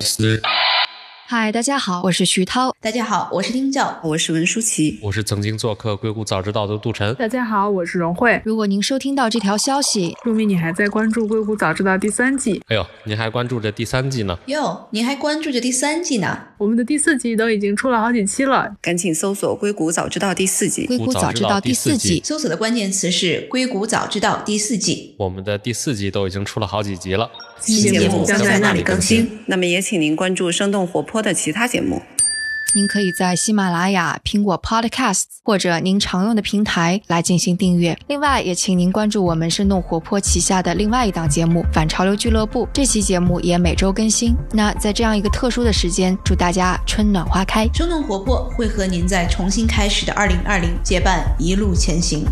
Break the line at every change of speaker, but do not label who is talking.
斯，
嗨，大家好，我是徐涛。
大家好，我是丁教，
我是文舒淇。
我是曾经做客《硅谷早知道》的杜晨。
大家好，我是荣慧。
如果您收听到这条消息，
说明你还在关注《硅谷早知道》第三季，
哎呦，您还关注这第三季呢？
哟，您还关注着第三季呢？
我们的第四季都已经出了好几期了。
赶紧搜索《硅谷早知道》第四季。
硅谷早知道第四季，
搜索的关键词是《硅谷早知道》第四季。
我们的第四季都已经出了好几集了。
新节目
将
将
在
在
那
那
里
里
更
更
新。
新，那么也请您关注生动活泼的其他节目。
您可以在喜马拉雅、苹果 Podcast 或者您常用的平台来进行订阅。另外，也请您关注我们生动活泼旗下的另外一档节目《反潮流俱乐部》，这期节目也每周更新。那在这样一个特殊的时间，祝大家春暖花开。
生动活泼会和您在重新开始的2020结伴一路前行。